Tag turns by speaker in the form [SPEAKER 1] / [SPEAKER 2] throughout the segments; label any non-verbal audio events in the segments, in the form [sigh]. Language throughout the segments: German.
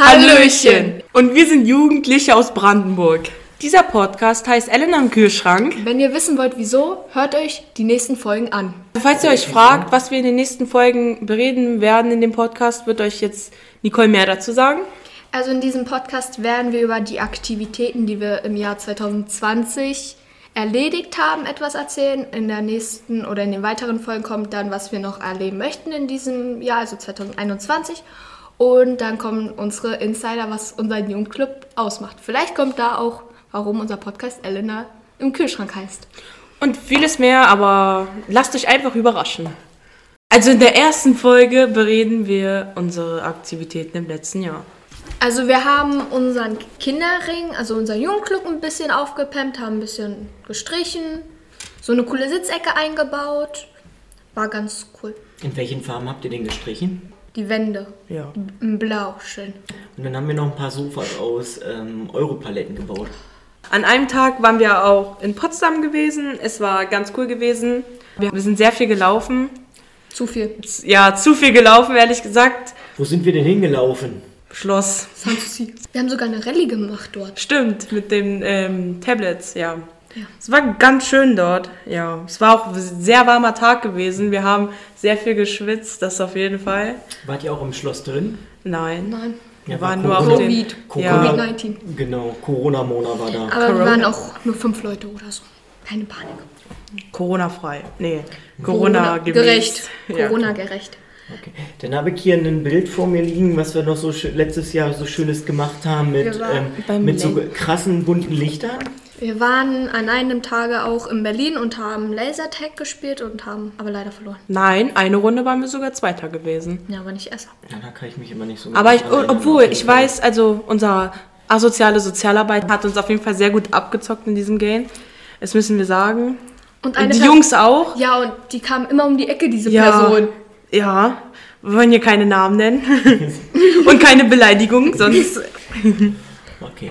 [SPEAKER 1] Hallöchen! Und wir sind Jugendliche aus Brandenburg. Dieser Podcast heißt Elena im Kühlschrank.
[SPEAKER 2] Wenn ihr wissen wollt, wieso, hört euch die nächsten Folgen an.
[SPEAKER 1] Also Falls ihr euch fragt, was wir in den nächsten Folgen bereden werden in dem Podcast, wird euch jetzt Nicole mehr dazu sagen.
[SPEAKER 2] Also in diesem Podcast werden wir über die Aktivitäten, die wir im Jahr 2020 erledigt haben, etwas erzählen. In der nächsten oder in den weiteren Folgen kommt dann, was wir noch erleben möchten in diesem Jahr, also 2021. Und dann kommen unsere Insider, was unseren Jugendclub ausmacht. Vielleicht kommt da auch, warum unser Podcast Elena im Kühlschrank heißt.
[SPEAKER 1] Und vieles mehr, aber lasst euch einfach überraschen. Also in der ersten Folge bereden wir unsere Aktivitäten im letzten Jahr.
[SPEAKER 2] Also wir haben unseren Kinderring, also unseren Jugendclub ein bisschen aufgepempt, haben ein bisschen gestrichen, so eine coole Sitzecke eingebaut. War ganz cool.
[SPEAKER 3] In welchen Farben habt ihr den gestrichen?
[SPEAKER 2] Die Wände
[SPEAKER 1] Ja.
[SPEAKER 2] in Blau, schön.
[SPEAKER 3] Und dann haben wir noch ein paar Sofas aus ähm, Europaletten gebaut.
[SPEAKER 1] An einem Tag waren wir auch in Potsdam gewesen. Es war ganz cool gewesen. Wir wir sind sehr viel gelaufen.
[SPEAKER 2] Zu viel.
[SPEAKER 1] Ja, zu viel gelaufen, ehrlich gesagt.
[SPEAKER 3] Wo sind wir denn hingelaufen?
[SPEAKER 1] Schloss.
[SPEAKER 2] Wir haben sogar eine Rallye gemacht dort.
[SPEAKER 1] Stimmt, mit den ähm, Tablets, ja.
[SPEAKER 2] Ja.
[SPEAKER 1] Es war ganz schön dort, ja. Es war auch ein sehr warmer Tag gewesen. Wir haben sehr viel geschwitzt, das auf jeden Fall.
[SPEAKER 3] Wart ihr auch im Schloss drin?
[SPEAKER 1] Nein,
[SPEAKER 2] Nein.
[SPEAKER 1] wir
[SPEAKER 3] Ja, war
[SPEAKER 1] waren nur auf
[SPEAKER 2] Covid.
[SPEAKER 1] dem...
[SPEAKER 3] Corona-
[SPEAKER 1] Ja.
[SPEAKER 2] Covid-19.
[SPEAKER 3] Genau, Corona-Mona war da.
[SPEAKER 2] Aber
[SPEAKER 1] Corona.
[SPEAKER 2] wir waren auch nur fünf Leute oder so. Keine Panik.
[SPEAKER 1] Corona-frei. Nee, Corona-gerecht.
[SPEAKER 2] gerecht. Corona gerecht.
[SPEAKER 3] Okay. Dann habe ich hier ein Bild vor mir liegen, was wir noch so schö- letztes Jahr so schönes gemacht haben mit,
[SPEAKER 2] Wir waren
[SPEAKER 3] ähm,
[SPEAKER 1] beim
[SPEAKER 3] mit so
[SPEAKER 1] Len-
[SPEAKER 3] krassen bunten Lichtern.
[SPEAKER 2] Wir waren an einem Tage auch in Berlin und haben Lasertag gespielt und haben aber leider verloren.
[SPEAKER 1] Nein, eine Runde waren wir sogar Zweiter gewesen.
[SPEAKER 2] Ja, aber nicht Esser.
[SPEAKER 3] Ja, da kann ich mich immer nicht so
[SPEAKER 1] Aber ich,
[SPEAKER 3] genau erinnern,
[SPEAKER 1] obwohl,
[SPEAKER 3] auf jeden
[SPEAKER 1] ich
[SPEAKER 3] Fall.
[SPEAKER 1] weiß, also unser asoziale Sozialarbeit hat uns auf jeden Fall sehr gut abgezockt in diesem Game. Das müssen wir sagen.
[SPEAKER 2] Und
[SPEAKER 1] Und
[SPEAKER 2] eine
[SPEAKER 1] Äh, die
[SPEAKER 2] Pers-
[SPEAKER 1] Jungs auch.
[SPEAKER 2] Ja, und die kamen immer um die Ecke, diese Person.
[SPEAKER 1] Ja. Wir wollen hier keine Namen nennen. [laughs] Und keine Beleidigung, sonst.
[SPEAKER 3] Okay.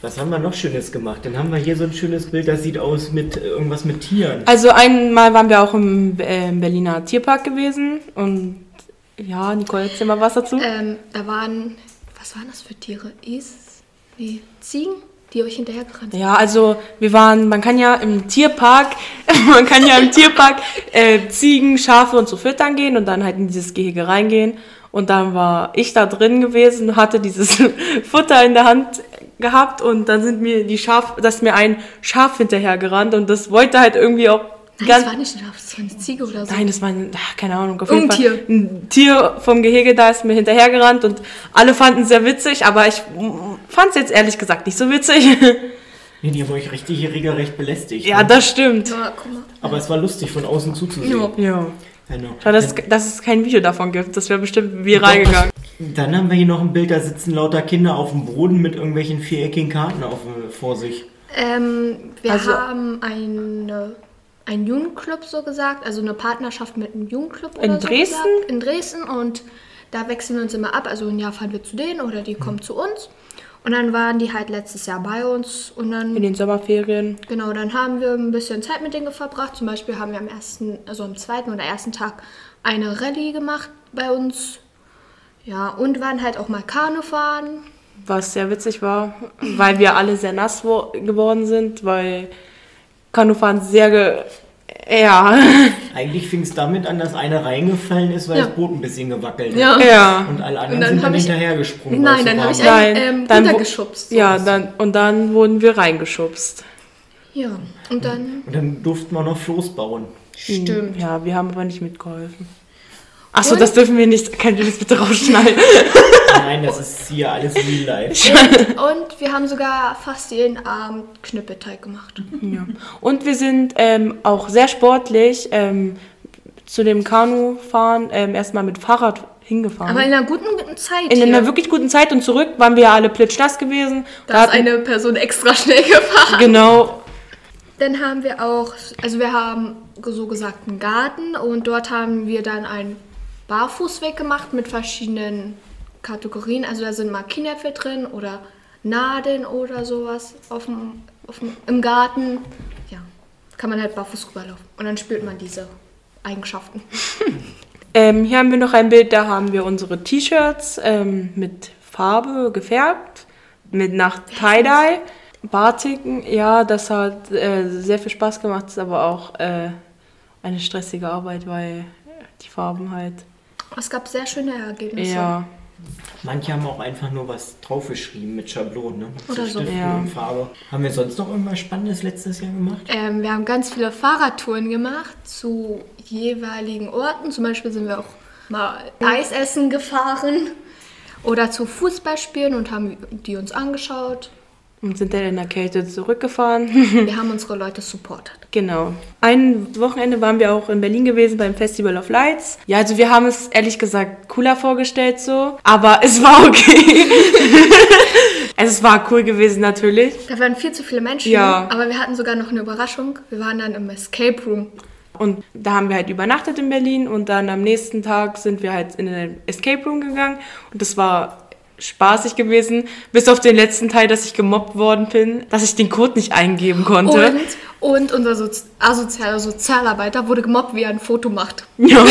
[SPEAKER 3] Was haben wir noch Schönes gemacht? Dann haben wir hier so ein schönes Bild, das sieht aus mit äh, irgendwas mit Tieren.
[SPEAKER 1] Also einmal waren wir auch im äh, Berliner Tierpark gewesen und ja, Nicole, erzähl mal was dazu.
[SPEAKER 2] Ähm, da waren, was waren das für Tiere? Is? Nee, Ziegen, die euch hinterhergerannt sind.
[SPEAKER 1] Ja, also wir waren, man kann ja im Tierpark, [laughs] man kann ja im Tierpark äh, Ziegen, Schafe und so füttern gehen und dann halt in dieses Gehege reingehen. Und dann war ich da drin gewesen, hatte dieses [laughs] Futter in der Hand gehabt und dann sind mir die Schaf, dass mir ein Schaf hinterhergerannt und das wollte halt irgendwie auch
[SPEAKER 2] Nein, das
[SPEAKER 1] ganz
[SPEAKER 2] war nicht ein Schaf, das war eine Ziege oder so.
[SPEAKER 1] Nein, das war ein, ach, keine Ahnung, auf jeden Fall
[SPEAKER 2] Irgendein
[SPEAKER 1] ein Tier vom Gehege da ist mir hinterhergerannt und alle fanden es sehr witzig, aber ich fand es jetzt ehrlich gesagt nicht so witzig. [laughs]
[SPEAKER 3] Nee, die haben euch richtig hier regelrecht belästigt.
[SPEAKER 1] ja,
[SPEAKER 3] ne?
[SPEAKER 1] das stimmt.
[SPEAKER 2] Aber guck mal.
[SPEAKER 3] Aber es war lustig, von außen zuzusehen.
[SPEAKER 2] Ja.
[SPEAKER 1] Ja.
[SPEAKER 3] Genau.
[SPEAKER 1] Schade, dass, dass es kein Video davon gibt. Das wäre bestimmt viral
[SPEAKER 3] Doch,
[SPEAKER 1] gegangen.
[SPEAKER 3] Dann haben wir hier noch ein Bild, da sitzen lauter Kinder auf dem Boden mit irgendwelchen viereckigen Karten auf, äh, vor sich.
[SPEAKER 2] Ähm, wir
[SPEAKER 1] Also-
[SPEAKER 2] haben eine, einen Jugendclub so gesagt, also eine Partnerschaft mit einem Jugendclub
[SPEAKER 1] In
[SPEAKER 2] oder
[SPEAKER 1] Dresden?
[SPEAKER 2] So gesagt, in Dresden und da wechseln wir uns immer ab. Also ein Jahr fahren wir zu denen oder die
[SPEAKER 1] Hm.
[SPEAKER 2] kommen zu uns. Und dann waren die halt letztes Jahr bei uns und
[SPEAKER 1] In
[SPEAKER 2] dann
[SPEAKER 1] den Sommerferien.
[SPEAKER 2] genau, dann haben wir ein bisschen Zeit mit denen verbracht. Zum Beispiel haben wir am ersten, also am zweiten oder ersten Tag eine Rallye gemacht bei uns. Ja, und waren halt auch mal Kanu fahren.
[SPEAKER 1] Was sehr witzig war, weil wir alle sehr nass wo geworden sind, weil Kanufahren sehr ge. Ja. [laughs]
[SPEAKER 3] Eigentlich fing es damit an, dass einer reingefallen ist, weil
[SPEAKER 2] Ja.
[SPEAKER 3] das Boot ein bisschen gewackelt hat.
[SPEAKER 1] Ja.
[SPEAKER 3] Und alle anderen
[SPEAKER 2] dann
[SPEAKER 3] sind
[SPEAKER 2] hab
[SPEAKER 3] dann
[SPEAKER 2] ich-
[SPEAKER 3] hinterhergesprungen.
[SPEAKER 2] Nein,
[SPEAKER 3] weil es
[SPEAKER 2] dann
[SPEAKER 3] so
[SPEAKER 2] hab
[SPEAKER 3] warm
[SPEAKER 2] ich
[SPEAKER 3] war.
[SPEAKER 2] einen- Ähm,
[SPEAKER 1] wo-
[SPEAKER 2] runtergeschubst.
[SPEAKER 1] Ja, dann, und dann wurden wir reingeschubst.
[SPEAKER 2] Ja, und dann
[SPEAKER 3] Und dann durften wir noch Floß bauen.
[SPEAKER 2] stimmt.
[SPEAKER 1] [laughs] Ja, wir haben aber nicht mitgeholfen. Achso,
[SPEAKER 2] Und-
[SPEAKER 1] das dürfen wir nicht. Könnt ihr das bitte rausschneiden?
[SPEAKER 3] Nein, das ist hier alles real life.
[SPEAKER 2] Und wir haben sogar fast jeden Abend Knüppelteig gemacht.
[SPEAKER 1] Ja. Und wir sind ähm, auch sehr sportlich ähm, zu dem Kanufahren ähm, erstmal mit Fahrrad hingefahren.
[SPEAKER 2] Aber in einer guten Zeit.
[SPEAKER 1] in
[SPEAKER 2] hier.
[SPEAKER 1] einer wirklich guten Zeit und zurück waren wir ja alle plitschnass gewesen.
[SPEAKER 2] da ist
[SPEAKER 1] hatten-
[SPEAKER 2] eine Person extra schnell gefahren.
[SPEAKER 1] Genau.
[SPEAKER 2] Dann haben wir auch, also wir haben so gesagt einen Garten und dort haben wir dann einen Barfußweg gemacht mit verschiedenen Kategorien. Also da sind mal Kinderäpfel drin oder Nadeln oder sowas auf dem, auf dem, im Garten. Ja, kann man halt barfuß rüberlaufen. Und dann spürt man diese Eigenschaften.
[SPEAKER 1] Ähm, hier haben wir noch ein Bild, da haben wir unsere T-Shirts ähm, mit Fa- Farbe gefärbt, mit nach Tie-Dye. Bartiken, ja, das hat äh, sehr viel Spaß gemacht, ist aber auch äh, eine stressige Arbeit, weil die Farben halt.
[SPEAKER 2] Es gab sehr schöne Ergebnisse.
[SPEAKER 1] Ja,
[SPEAKER 3] Manche haben auch einfach nur was draufgeschrieben mit Schablonen, ne? Mit
[SPEAKER 2] Oder so,
[SPEAKER 3] Stiften
[SPEAKER 1] ja.
[SPEAKER 3] und Farbe. Haben wir sonst noch irgendwas Spannendes letztes Jahr gemacht?
[SPEAKER 2] Ähm, wir haben ganz viele Fahrradtouren gemacht zu jeweiligen Orten. Zum Beispiel sind wir auch mal Eis essen gefahren oder zu Fußballspielen und haben die uns angeschaut.
[SPEAKER 1] und sind dann in der Kälte zurückgefahren. [laughs]
[SPEAKER 2] Wir haben unsere Leute supportet.
[SPEAKER 1] genau. Ein Wochenende waren wir auch in Berlin gewesen beim Festival of Lights. Ja, also wir haben es ehrlich gesagt cooler vorgestellt so, aber es war [laughs] okay. es war cool gewesen natürlich.
[SPEAKER 2] Da waren viel zu viele Menschen,
[SPEAKER 1] Ja.
[SPEAKER 2] aber wir hatten sogar noch eine Überraschung. Wir waren dann im Escape Room.
[SPEAKER 1] Und da haben wir halt übernachtet in Berlin und dann am nächsten Tag sind wir halt in den Escape Room gegangen und das war spaßig gewesen, bis auf den letzten Teil, dass ich gemobbt worden bin, dass ich den Code nicht eingeben konnte.
[SPEAKER 2] Und, und unser Sozi asozialer Sozialarbeiter wurde gemobbt, wie er ein Foto macht.
[SPEAKER 1] Ja,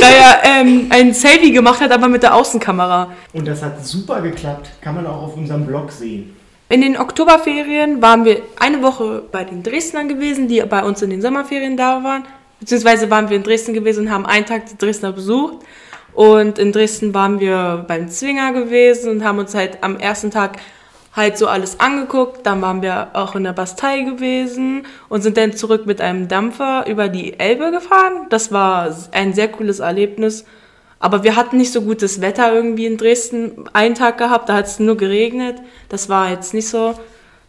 [SPEAKER 1] da er ähm, ein Selfie gemacht hat, aber mit der Außenkamera.
[SPEAKER 3] Und das hat super geklappt. Kann man auch auf unserem Blog sehen.
[SPEAKER 1] In den Oktoberferien waren wir eine Woche bei den Dresdnern gewesen, die bei uns in den Sommerferien da waren. Beziehungsweise waren wir in Dresden gewesen und haben einen Tag die Dresdner besucht. Und in Dresden waren wir beim Zwinger gewesen und haben uns halt am ersten Tag halt so alles angeguckt. Dann waren wir auch in der Bastei gewesen und sind dann zurück mit einem Dampfer über die Elbe gefahren. Das war ein sehr cooles Erlebnis. Aber wir hatten nicht so gutes Wetter irgendwie in Dresden einen Tag gehabt, da hat es nur geregnet. Das war jetzt nicht so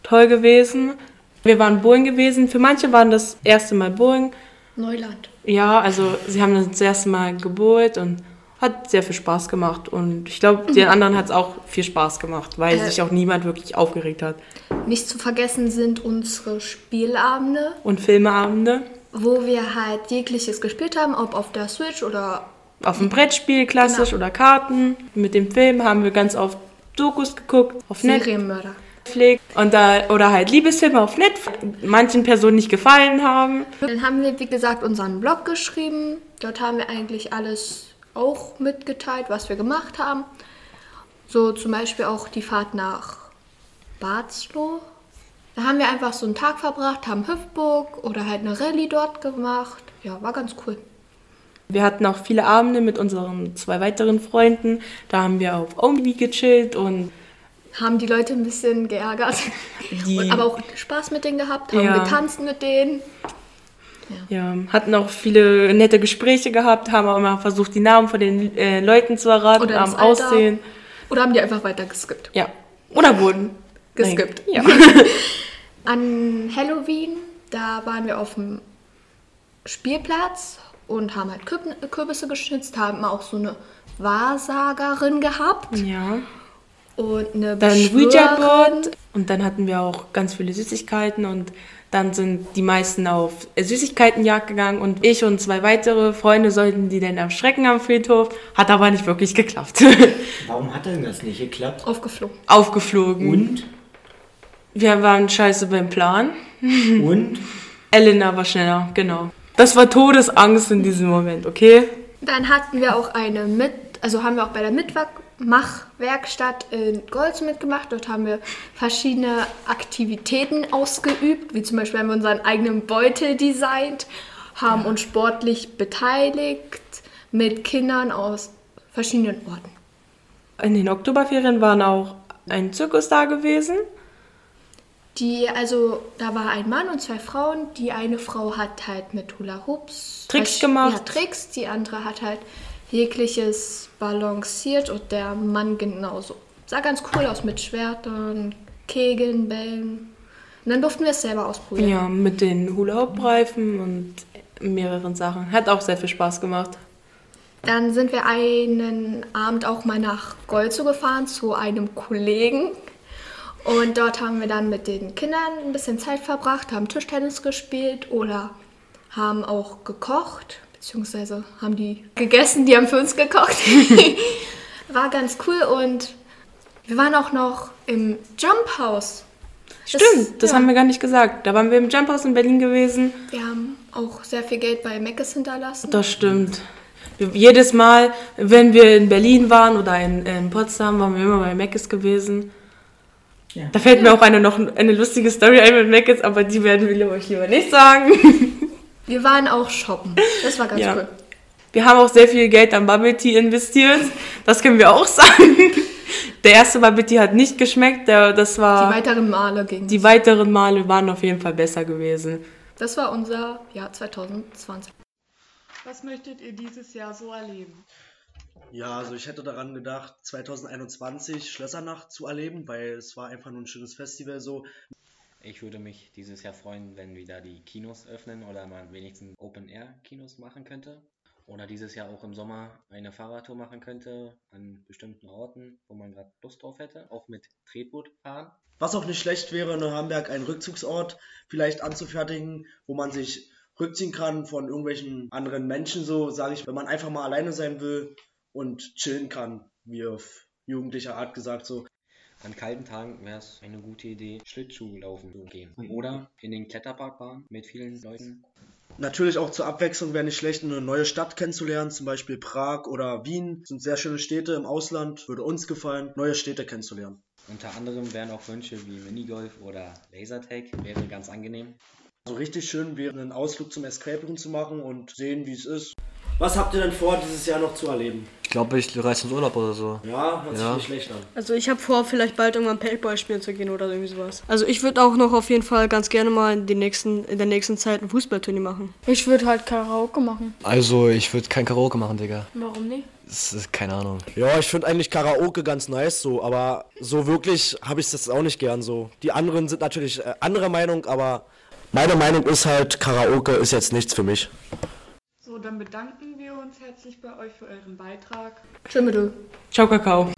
[SPEAKER 1] toll gewesen. Wir waren Boeing gewesen. Für manche waren das erste Mal Boeing.
[SPEAKER 2] Neuland.
[SPEAKER 1] Ja, also sie haben das erste Mal gebohrt und hat sehr viel Spaß gemacht. Und ich glaube, den anderen hat es auch viel Spaß gemacht, weil
[SPEAKER 2] Äh.
[SPEAKER 1] sich auch niemand wirklich aufgeregt hat.
[SPEAKER 2] Nicht zu vergessen sind unsere Spielabende.
[SPEAKER 1] Und Filmeabende
[SPEAKER 2] wo wir halt jegliches gespielt haben, ob auf der Switch oder
[SPEAKER 1] auf dem Brettspiel klassisch oder Karten. Mit dem Film haben wir ganz oft Dokus geguckt, auf Netflix.
[SPEAKER 2] Serienmörder.
[SPEAKER 1] Netflix und da, oder halt Liebesfilme auf Netflix, manchen Personen nicht gefallen haben.
[SPEAKER 2] Dann haben wir, wie gesagt, unseren Blog geschrieben. Dort haben wir eigentlich alles auch mitgeteilt, was wir gemacht haben. So zum Beispiel auch die Fahrt nach Barzloh. Da haben wir einfach so einen Tag verbracht, haben Hüpfburg oder halt eine Rallye dort gemacht. Ja, war ganz cool.
[SPEAKER 1] Wir hatten auch viele Abende mit unseren zwei weiteren Freunden. Da haben wir auf Omi gechillt und
[SPEAKER 2] Haben die Leute ein bisschen geärgert,
[SPEAKER 1] Die-
[SPEAKER 2] und, [laughs] aber auch Spaß mit denen gehabt, haben
[SPEAKER 1] Ja.
[SPEAKER 2] getanzt mit denen.
[SPEAKER 1] ja, hatten auch viele nette Gespräche gehabt, haben auch immer versucht, die Namen von den äh, Leuten zu erraten,
[SPEAKER 2] Oder das
[SPEAKER 1] am
[SPEAKER 2] Alter.
[SPEAKER 1] Aussehen.
[SPEAKER 2] Oder haben die einfach weiter geskippt.
[SPEAKER 1] Ja. Oder wurden
[SPEAKER 2] Geskippt.
[SPEAKER 1] Nein. Ja.
[SPEAKER 2] An Halloween, da waren wir auf dem Spielplatz und haben halt Kürb- Kürbisse geschnitzt, haben auch so eine Wahrsagerin gehabt
[SPEAKER 1] ja.
[SPEAKER 2] und eine
[SPEAKER 1] Dann Ouija-Board
[SPEAKER 2] Beschwörerin.
[SPEAKER 1] und dann hatten wir auch ganz viele Süßigkeiten und dann sind die meisten auf Süßigkeitenjagd gegangen und ich und zwei weitere Freunde sollten die dann erschrecken am Friedhof. Hat aber nicht wirklich geklappt. [laughs]
[SPEAKER 3] Warum hat denn das nicht geklappt?
[SPEAKER 2] Aufgeflogen.
[SPEAKER 1] Aufgeflogen.
[SPEAKER 3] Und?
[SPEAKER 1] Wir waren scheiße beim Plan.
[SPEAKER 3] Und?
[SPEAKER 1] Elena war schneller, genau. Das war Todesangst in diesem Moment, okay?
[SPEAKER 2] Dann hatten wir auch eine mit, also haben wir auch bei der Mitmachwerkstatt in Golz mitgemacht. Dort haben wir verschiedene Aktivitäten ausgeübt, wie zum Beispiel haben wir unseren eigenen Beutel designt, haben uns sportlich beteiligt mit Kindern aus verschiedenen Orten.
[SPEAKER 1] In den Oktoberferien waren auch ein Zirkus da gewesen.
[SPEAKER 2] Die, also da war ein Mann und zwei Frauen. Die eine Frau hat halt mit Hula Hoops
[SPEAKER 1] Tricks
[SPEAKER 2] versch-
[SPEAKER 1] gemacht.
[SPEAKER 2] Ja, Tricks. Die andere hat halt jegliches balanciert und der Mann genauso. Sah ganz cool aus mit Schwertern, Kegeln, Bällen. Und dann durften wir es selber ausprobieren.
[SPEAKER 1] Ja, mit den Hula-Hoop-Reifen und mehreren Sachen. Hat auch sehr viel Spaß gemacht.
[SPEAKER 2] Dann sind wir einen Abend auch mal nach Golzow gefahren zu einem Kollegen. Und dort haben wir dann mit den Kindern ein bisschen Zeit verbracht, haben Tischtennis gespielt oder haben auch gekocht, beziehungsweise haben die gegessen, die haben für uns
[SPEAKER 1] [laughs]
[SPEAKER 2] gekocht. War ganz cool und wir waren auch noch im Jump House. Das-
[SPEAKER 1] Stimmt, das
[SPEAKER 2] ja.
[SPEAKER 1] haben wir gar nicht gesagt. Da waren wir im Jump House in Berlin gewesen.
[SPEAKER 2] Wir haben auch sehr viel Geld bei Meckes hinterlassen.
[SPEAKER 1] Das stimmt. Wir, jedes Mal, wenn wir in Berlin waren oder in, in Potsdam, waren wir immer bei Meckes gewesen.
[SPEAKER 4] Ja.
[SPEAKER 1] Da fällt mir auch eine noch eine lustige Story ein mit Meckes, aber die werden wir euch lieber nicht sagen. [laughs]
[SPEAKER 2] Wir waren auch shoppen. Das war ganz
[SPEAKER 1] Ja.
[SPEAKER 2] cool.
[SPEAKER 1] Wir haben auch sehr viel Geld an Bubble Tea investiert. Das können wir auch [laughs] sagen. Der erste Bubble Tea hat nicht geschmeckt. Der, das
[SPEAKER 2] Die
[SPEAKER 1] war
[SPEAKER 2] weiteren Male gingen.
[SPEAKER 1] die weiteren Male waren auf jeden Fall besser gewesen.
[SPEAKER 2] Das war unser Jahr 2020.
[SPEAKER 5] Was möchtet ihr dieses Jahr so erleben?
[SPEAKER 6] Ja, also ich hätte daran gedacht, 2021 Schlössernacht zu erleben, weil es war einfach nur ein schönes Festival so.
[SPEAKER 7] Ich würde mich dieses Jahr freuen, wenn wieder die Kinos öffnen oder man wenigstens Open-Air-Kinos machen könnte. Oder dieses Jahr auch im Sommer eine Fahrradtour machen könnte an bestimmten Orten, wo man gerade Lust drauf hätte. Auch mit Tretboot fahren.
[SPEAKER 6] Was auch nicht schlecht wäre, in Hamburg einen Rückzugsort vielleicht anzufertigen, wo man sich rückziehen kann von irgendwelchen anderen Menschen, so sage ich, wenn man einfach mal alleine sein will und chillen kann, wie auf jugendlicher Art gesagt so.
[SPEAKER 7] An kalten Tagen wäre es eine gute Idee, Schlittschuh laufen zu gehen. Oder in den Kletterpark fahren mit vielen Leuten.
[SPEAKER 6] Natürlich auch zur Abwechslung wäre nicht schlecht, eine neue Stadt kennenzulernen, zum Beispiel Prag oder Wien. Das sind sehr schöne Städte im Ausland, würde uns gefallen, neue Städte kennenzulernen.
[SPEAKER 7] Unter anderem wären auch Wünsche wie Minigolf oder Lasertag. Wäre ganz angenehm.
[SPEAKER 6] So richtig schön wäre, einen Ausflug zum Escape Room zu machen und sehen, wie es ist. Was habt ihr denn vor, dieses Jahr noch zu erleben?
[SPEAKER 8] Ich glaube, ich reise ins Urlaub oder so.
[SPEAKER 6] Ja, hört
[SPEAKER 8] Ja.
[SPEAKER 6] sich nicht schlecht an.
[SPEAKER 9] Also ich habe vor, vielleicht bald irgendwann Paintball spielen zu gehen oder irgendwie sowas. Also ich würde auch noch auf jeden Fall ganz gerne mal in, den nächsten, in der nächsten Zeit ein Fußballturnier machen.
[SPEAKER 10] Ich würde halt Karaoke machen.
[SPEAKER 8] Also, ich würde kein Karaoke machen, Digga.
[SPEAKER 10] Warum nicht?
[SPEAKER 8] Das ist keine Ahnung.
[SPEAKER 6] Ja, ich finde eigentlich Karaoke ganz nice so, aber so wirklich habe ich das auch nicht gern so. Die anderen sind natürlich äh, anderer Meinung, aber meine Meinung ist halt, Karaoke ist jetzt nichts für mich.
[SPEAKER 5] So, dann bedanken wir uns herzlich bei euch für euren Beitrag.
[SPEAKER 2] Tschüss.
[SPEAKER 1] Ciao, Kakao.